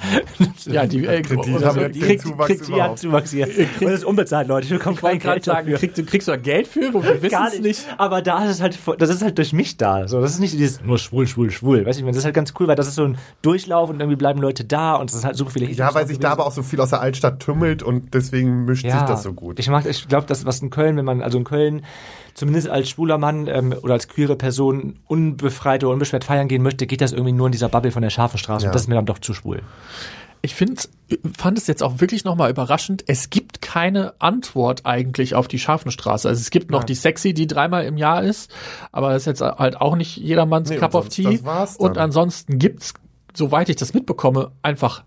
Ja, die, äh, oder
haben
so,
jetzt den
kriegt-
Zuwachs
kriegt die
überhaupt.
Hand Zuwachs hier. Und das ist unbezahlt, Leute. Ich bekomme kein
wollte gerade
Geld
sagen,
dafür.
kriegst, kriegst du da Geld für? Wo wir wissen
Gar
es nicht.
Aber da ist es halt, voll- das ist halt durch mich da. So, das ist nicht dieses nur schwul, schwul, schwul. Weißt du, ich meine, das ist halt ganz cool, weil das ist so ein Durchlauf und irgendwie bleiben Leute da und es sind halt super viele
Ja, weil sich da aber auch so viel aus der Altstadt tümmelt und deswegen mischt sich das so gut.
Ich mag, ich glaube, das was in Köln, wenn man also in Köln zumindest als schwuler Mann ähm, oder als queere Person unbefreit oder unbeschwert feiern gehen möchte, geht das irgendwie nur in dieser Bubble von der scharfen Straße.
Ja.
Und das ist mir dann doch zu schwul.
Ich find's, fand es jetzt auch wirklich nochmal überraschend. Es gibt keine Antwort eigentlich auf die Scharfenstraße. Also es gibt noch die Sexy, die dreimal im Jahr ist, aber das ist jetzt halt auch nicht jedermanns
Nee,
Cup
und
of
sonst-
Tea.
das war's dann.
und ansonsten gibt's, soweit ich das mitbekomme, einfach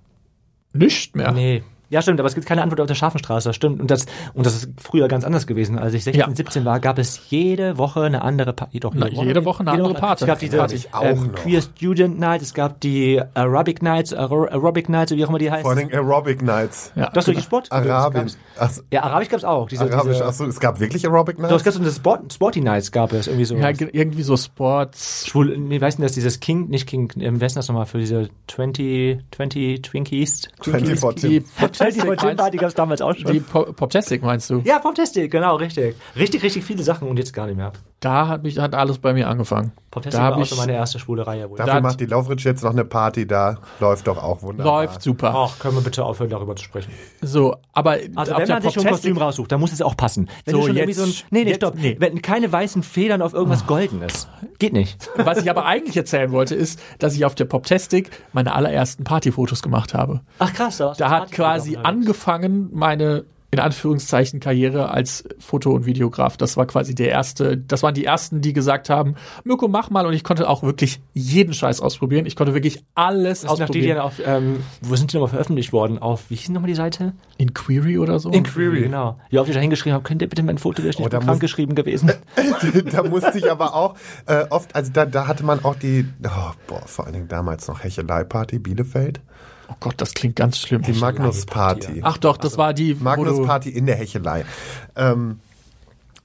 nichts mehr.
Nee, Ja, stimmt, aber es gibt keine Antwort auf der Schafenstraße, das stimmt. Und das, und das ist früher ganz anders gewesen. Als ich 16,
Ja.
17 war, gab es jede Woche eine andere Party. Doch,
Na, jede Woche eine andere Party.
Es gab diese
Hatte ich auch
ähm,
noch.
Queer Student Night, es gab die Arabic Nights, Aero- Aerobic Nights, wie auch immer die heißt.
Vor allem Aerobic Nights.
Ja,
Das ist
genau.
durch Sport.
Arabisch. Ach, so,
Ja, Arabisch gab's auch. Diese,
Arabisch.
diese,
Ach so, es gab wirklich Aerobic
Doch, es
Nights?
gab so eine Sport, Sporty Nights gab es irgendwie so.
genau. ja, ge- irgendwie so Sports.
Schwul, nee, weißt du das, dieses King, nicht King, ähm, wer ist denn das nochmal für diese 20, 20 Twinkies?
24
Die
Tim.
Poptastic meinst,
gab es damals auch
die Pop- Poptastic meinst du?
Ja, Poptastic, genau, richtig. Richtig, richtig viele Sachen und jetzt gar nicht mehr.
Da hat mich hat alles bei mir angefangen.
Poptastic
Da
war auch
habe ich
so meine erste schwule Reihe. Wo ich
Dafür
Dat-
macht die Laufritsch jetzt noch eine Party da. Läuft doch auch wunderbar.
läuft super.
Ach, können wir bitte aufhören, darüber zu sprechen.
So, aber
Also,
ab
wenn
der
man sich schon ein
Poptastic-
Kostüm raussucht, dann muss es auch passen. Wenn
So,
du schon irgendwie
jetzt-
so ein, nee, nee,
jetzt-
stopp.
nee.
Wenn keine weißen Federn auf irgendwas Oh. Goldenes. Geht nicht.
Was ich aber eigentlich erzählen wollte, ist, dass ich auf der Poptastic meine allerersten Partyfotos gemacht habe.
Ach krass, da, warst
Da
du
hat
Party
quasi
gegangen, Alter.
angefangen meine in Anführungszeichen Karriere als Foto- und Videograf. Das war quasi der erste, das waren die ersten, die gesagt haben, Mirko, mach mal. Und ich konnte auch wirklich jeden Scheiß ausprobieren. Ich konnte wirklich alles
Das sind doch die, die dann
ausprobieren.
auf, ähm, wo sind die nochmal veröffentlicht worden? Auf, wie hieß nochmal die Seite?
In Query oder so?
Inquiry. Genau. Wie oft ich da hingeschrieben habe, könnt ihr bitte mein Foto, der ist
Oh,
nicht
da
oh,
muss-
geschrieben gewesen.
da musste ich aber auch äh, oft, also da, da hatte man auch die, oh, boah, vor allen Dingen damals noch Hechelei-Party Bielefeld.
Oh Gott, das klingt ganz schlimm.
Die Magnus-Party.
Ach doch,
Also
das war die, wo du-
Magnus-Party in der Hechelei. Ähm,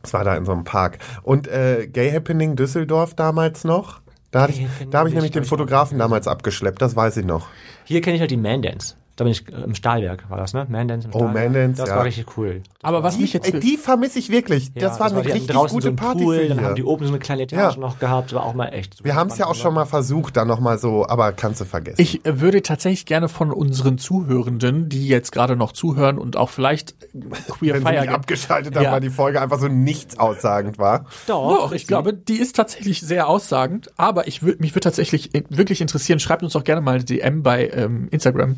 das war da in so einem Park. Und äh, Gay Happening Düsseldorf damals noch. Da, hatte ich,
Gay Happening
da habe ich
bin
nämlich den
ich, glaub ich,
Fotografen damals abgeschleppt, das weiß ich noch.
Hier kenne ich halt die Mandance. Da bin ich äh, im Stahlwerk, war das, ne? Mandance im
Oh,
Stahlwerk.
Mandance,
Das
ja.
war richtig cool.
Aber was mich jetzt...
Ey, die vermisse ich wirklich.
Ja,
das war eine
die hatten
richtig
draußen
gute
so einen
Party
Pool,
für
Dann haben
hier.
die oben so eine kleine Etage
Ja.
noch gehabt, war auch mal echt. super
Wir haben es ja auch
spannend,
schon
oder?
mal versucht, dann nochmal so, aber kannst du vergessen.
Ich äh, würde tatsächlich gerne von unseren Zuhörenden, die jetzt gerade noch zuhören und auch vielleicht queer
Wenn sie mich
feiern.
abgeschaltet haben,
Ja.
weil die Folge einfach so nichts aussagend war.
Doch,
Doch, ich glaube, die ist tatsächlich sehr aussagend, aber ich würd, mich würde tatsächlich in- wirklich interessieren, schreibt uns doch gerne mal eine DM bei ähm, Instagram.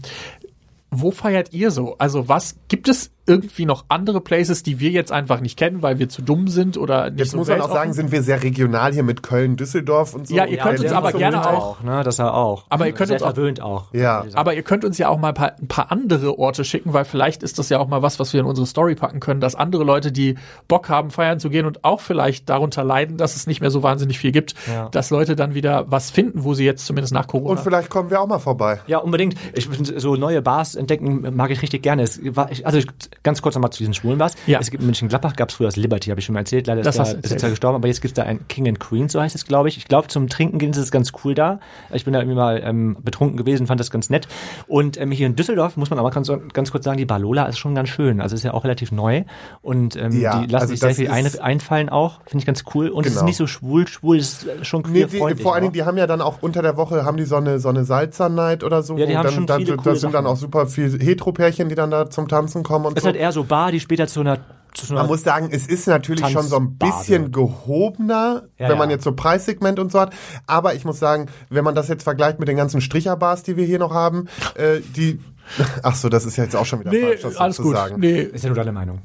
Wo feiert ihr so? Also was, gibt es irgendwie noch andere Places, die wir jetzt einfach nicht kennen, weil wir zu dumm sind oder nicht
Jetzt
so
muss man auch
weltoffen?
sagen, sind wir sehr regional hier mit Köln, Düsseldorf und so.
Ja, ihr könnt
wir
uns
sind
aber
so
gerne
mit-
auch-
ne? Das war auch.
Aber ihr könnt
Sehr
uns auch-
verwöhnt auch.
Ja.
Aber ihr könnt uns ja auch mal ein paar, ein paar andere Orte schicken, weil vielleicht ist das ja auch mal was, was wir in unsere Story packen können, dass andere Leute, die Bock haben, feiern zu gehen und auch vielleicht darunter leiden, dass es nicht mehr so wahnsinnig viel gibt,
Ja.
dass Leute dann wieder was finden, wo sie jetzt zumindest nach Corona.
Und vielleicht kommen wir auch mal vorbei.
Ja, unbedingt. Ich find, so neue Bars entdecken mag ich richtig gerne. Es war, ich- also ich, ganz kurz nochmal zu diesen schwulen Bars.
Ja.
Es gibt in Mönchengladbach, gab es früher das Liberty, habe ich schon mal erzählt. Leider
Das
ist
hast du
der
erzählt.
Besitzer gestorben, aber jetzt gibt es da ein King and Queen, so heißt es, glaube ich. Ich glaube, zum Trinken gehen ist es ganz cool da. Ich bin da irgendwie mal ähm, betrunken gewesen, fand das ganz nett. Und ähm, hier in Düsseldorf muss man aber ganz, ganz kurz sagen, die Balola ist schon ganz schön. Also ist ja auch relativ neu und ähm,
Ja,
die lassen
also
sich sehr
das
viel ein,
ist-
einfallen auch. Finde ich ganz cool. Und es ist
Genau.
nicht so schwul, schwul ist schon
Nee,
queer
die,
freundlich. ne?
vor allen
auch.
Dingen, die haben ja dann auch unter der Woche haben die so eine, so eine Salzer-Night oder so.
Ja, die
wo
haben
dann,
schon
dann,
viele
Das
coole
sind dann
Sachen.
auch super viel Hetero-Pärchen, die dann da zum Tanzen kommen und
Es ist
so.
halt eher so Bar, die später zu einer zu so einer
man muss sagen, es ist natürlich
Tanzbade.
schon so ein bisschen gehobener,
Ja,
wenn man
ja.
jetzt so Preissegment und so hat. Aber ich muss sagen, wenn man das jetzt vergleicht mit den ganzen Stricherbars, die wir hier noch haben, äh, die. Ach so, das ist ja jetzt auch schon wieder falsch, das so
alles
zu
gut.
sagen.
Nee,
Ist ja nur deine Meinung.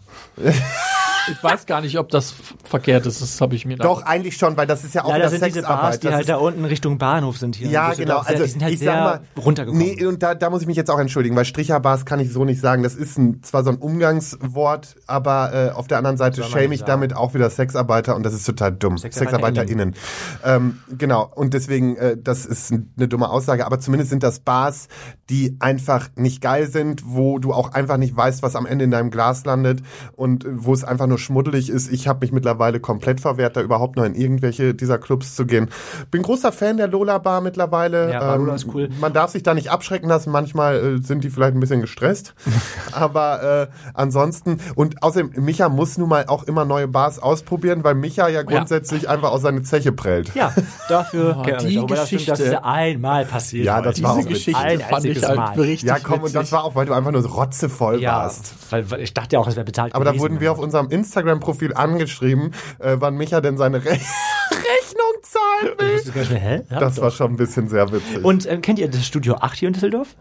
ich weiß gar nicht, ob das f- verkehrt ist. Das habe ich mir
Doch, eigentlich schon, weil das ist ja auch
Leider
wieder
sind diese
Sexarbeit.
Bars, die
das
halt
ist-
da unten Richtung Bahnhof sind hier. in
Ja, genau.
Düsseldorf, sehr-
Also
die sind halt
ich
sehr
sag mal,
runtergekommen.
Nee, und da, da muss ich mich jetzt auch entschuldigen, weil Stricherbars kann ich so nicht sagen. Das ist ein, zwar so ein Umgangswort, aber äh, auf der anderen Seite
man
schäme
nicht
ich
sagen.
damit auch wieder Sexarbeiter und das ist total dumm.
SexarbeiterInnen.
SexarbeiterInnen. Ähm, genau. Und deswegen, äh, das ist n- eine dumme Aussage, aber zumindest sind das Bars, die einfach nicht geil sind, wo du auch einfach nicht weißt, was am Ende in deinem Glas landet und äh, wo es einfach nur schmuddelig ist. Ich habe mich mittlerweile komplett verwehrt, da überhaupt noch in irgendwelche dieser Clubs zu gehen. Bin großer Fan der Lola Bar mittlerweile. Ähm,
Ja, Barula ist cool.
Man darf sich da nicht abschrecken lassen. Manchmal äh, sind die vielleicht ein bisschen gestresst. Aber äh, ansonsten, und außerdem, Micha muss nun mal auch immer neue Bars ausprobieren, weil Micha ja grundsätzlich einfach aus seiner Zeche prellt.
ja, dafür
Oh,
gerne.
die
Darüber lassen,
Geschichte.
Das ist ja einmal passiert.
Ja, das
heute.
war auch
diese
witzig.
Geschichte
Ein
fand ich
einziges
halt
Mal.
richtig
ja, komm, und das
witzig.
war auch, weil du einfach nur so rotzevoll
Ja,
warst.
weil, weil ich dachte ja auch, es wäre bezahlt.
Aber da
gewesen.
wurden wir auf unserem Instagram-Profil angeschrieben, äh, wann Micha denn seine Re Rechnung zahlen
Ich
will.
wusste gar nicht mehr, hä? Ja,
Das
doch.
war schon ein bisschen sehr witzig.
Und ähm, kennt ihr das Studio 8 hier in Düsseldorf?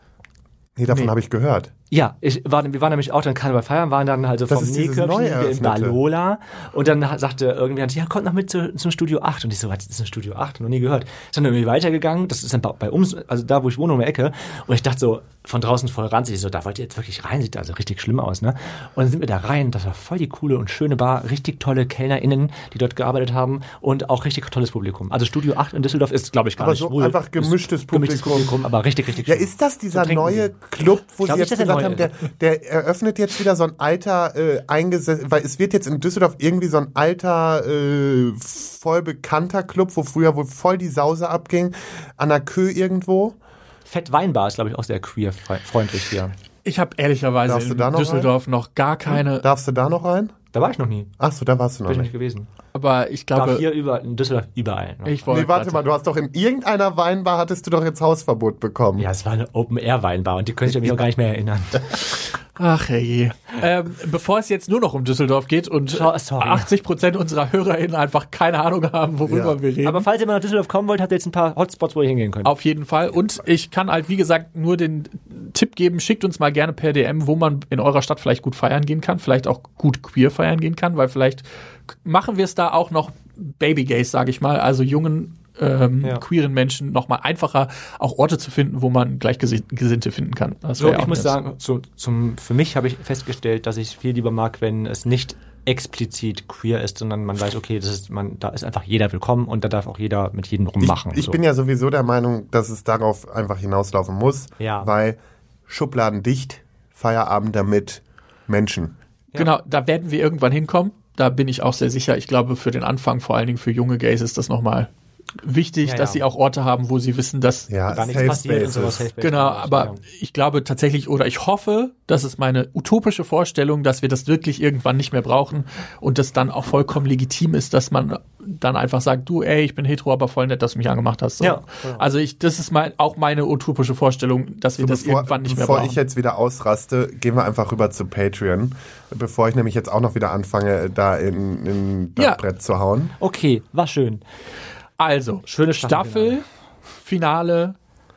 nee, davon habe ich gehört.
Ja, ich war, wir waren nämlich auch dann Karneval feiern, waren dann halt so
Das
vom
ist dieses neu
Nähkörbchen sind wir in
eröffnete.
Balola und dann hat- sagte irgendwer, ja, kommt noch mit zu, zum Studio 8 und ich so, was ist denn Studio 8? Noch nie gehört. Ist dann irgendwie weitergegangen, das ist dann bei, bei uns, also da, wo ich wohne, um die Ecke und ich dachte so, von draußen voll ranzig, ich so, da wollt ihr jetzt wirklich rein, sieht also richtig schlimm aus, ne? Und dann sind wir da rein, das war voll die coole und schöne Bar, richtig tolle KellnerInnen, die dort gearbeitet haben und auch richtig tolles Publikum. Also Studio 8 in Düsseldorf ist, glaube ich, gar
Aber
nicht
so
wohl-
einfach
ist
gemischtes
gemischtes
Publikum.
Publikum, aber richtig, richtig
Ja,
schön.
ist das dieser
trinken
neue
wir.
Club, wo
Glaub
sie
nicht,
jetzt
dass er
gesagt haben,
neu
der, der eröffnet jetzt wieder so ein alter äh, eingesessen, weil es wird jetzt in Düsseldorf irgendwie so ein alter äh, voll bekannter Club, wo früher wohl voll die Sause abging, an der Kö irgendwo.
Fett Weinbar ist, glaube ich, auch sehr queer-freundlich hier.
Ich habe ehrlicherweise
Darfst du
in
da noch
Düsseldorf noch gar keine,
Darfst du da noch rein?
Da war ich noch nie.
Ach so, da warst du noch
Bin ich noch
nicht.
nicht gewesen.
aber ich
Aber
glaube,
hier über, in Düsseldorf überall. ne?
ich wollte.
Nee, warte mal, du hast doch in irgendeiner Weinbar hattest du doch jetzt Hausverbot bekommen.
ja, es war eine Open-Air-Weinbar und die könnte ich mich auch gar nicht mehr erinnern.
Ach herrje. Ähm, bevor es jetzt nur noch um Düsseldorf geht und
So- sorry.
80 Prozent unserer HörerInnen einfach keine Ahnung haben, worüber
Ja.
wir reden.
Aber falls ihr mal nach Düsseldorf kommen wollt, habt ihr jetzt ein paar Hotspots, wo ihr hingehen könnt.
Auf jeden Fall. Und ich kann halt, wie gesagt, nur den Tipp geben, schickt uns mal gerne per DM, wo man in eurer Stadt vielleicht gut feiern gehen kann, vielleicht auch gut queer feiern gehen kann, weil vielleicht k- machen wir es da auch noch Babygays, sage ich mal, also jungen ähm,
Ja.
queeren Menschen noch mal einfacher, auch Orte zu finden, wo man Gleichgesinnte finden kann. Das
so,
wär ja
ich
auch
muss
nett.
sagen, zu, zum, für mich habe ich festgestellt, dass ich viel lieber mag, wenn es nicht explizit queer ist, sondern man weiß, okay, das ist, man, da ist einfach jeder willkommen und da darf auch jeder mit jedem rummachen.
Ich
so.
bin ja sowieso der Meinung, dass es darauf einfach hinauslaufen muss,
Ja.
weil Schubladen dicht, Feierabend damit, Menschen.
Genau, da werden wir irgendwann hinkommen. Da bin ich auch sehr sicher. Ich glaube, für den Anfang, vor allen Dingen für junge Gays, ist das nochmal wichtig,
Ja,
dass
ja.
sie auch Orte haben, wo sie wissen, dass
Ja,
gar nichts
Safe
passiert und
Spaces.
sowas. Safe Spaces.
Genau,
Ja.
aber ich glaube tatsächlich oder ich hoffe, das ist meine utopische Vorstellung, dass wir das wirklich irgendwann nicht mehr brauchen und das dann auch vollkommen legitim ist, dass man dann einfach sagt, du, ey, ich bin hetero, aber voll nett, dass du mich angemacht hast. So.
Ja.
Also ich, das ist mein, auch meine utopische Vorstellung, dass wir das
bevor,
irgendwann nicht mehr
bevor
brauchen.
ich jetzt wieder ausraste, gehen wir einfach rüber zu Patreon, bevor ich nämlich jetzt auch noch wieder anfange, da in, in das
Ja.
Brett zu hauen.
Okay, war schön.
also, schöne Staffel, Finale,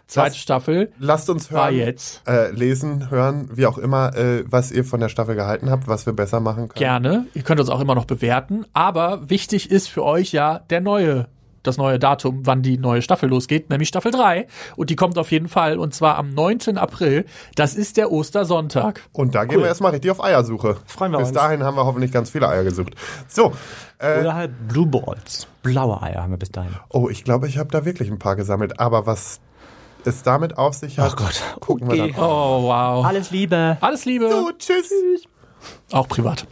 zweite
Das-
Staffel
Lasst uns hören,
war jetzt.
Äh, lesen, hören, wie auch immer, äh, was ihr von der Staffel gehalten habt, was wir besser machen können.
Gerne. Ähm, Ihr könnt uns auch immer noch bewerten. Aber wichtig ist für euch ja der neue, das neue Datum, wann die neue Staffel losgeht, nämlich Staffel 3. Und die kommt auf jeden Fall. Und zwar am 9. April. Das ist der Ostersonntag.
Und da gehen wir erstmal richtig auf Eiersuche.
Freuen wir
Bis
uns.
dahin haben wir hoffentlich ganz viele Eier gesucht. So, äh,
Oder halt Blue Balls. Blaue Eier haben wir bis dahin.
oh, ich glaube, ich habe da wirklich ein paar gesammelt, aber was es damit auf sich hat,
Oh Gott.
gucken wir dann.
Oh, wow.
Alles Liebe.
Alles Liebe.
So, tschüss.
Auch privat.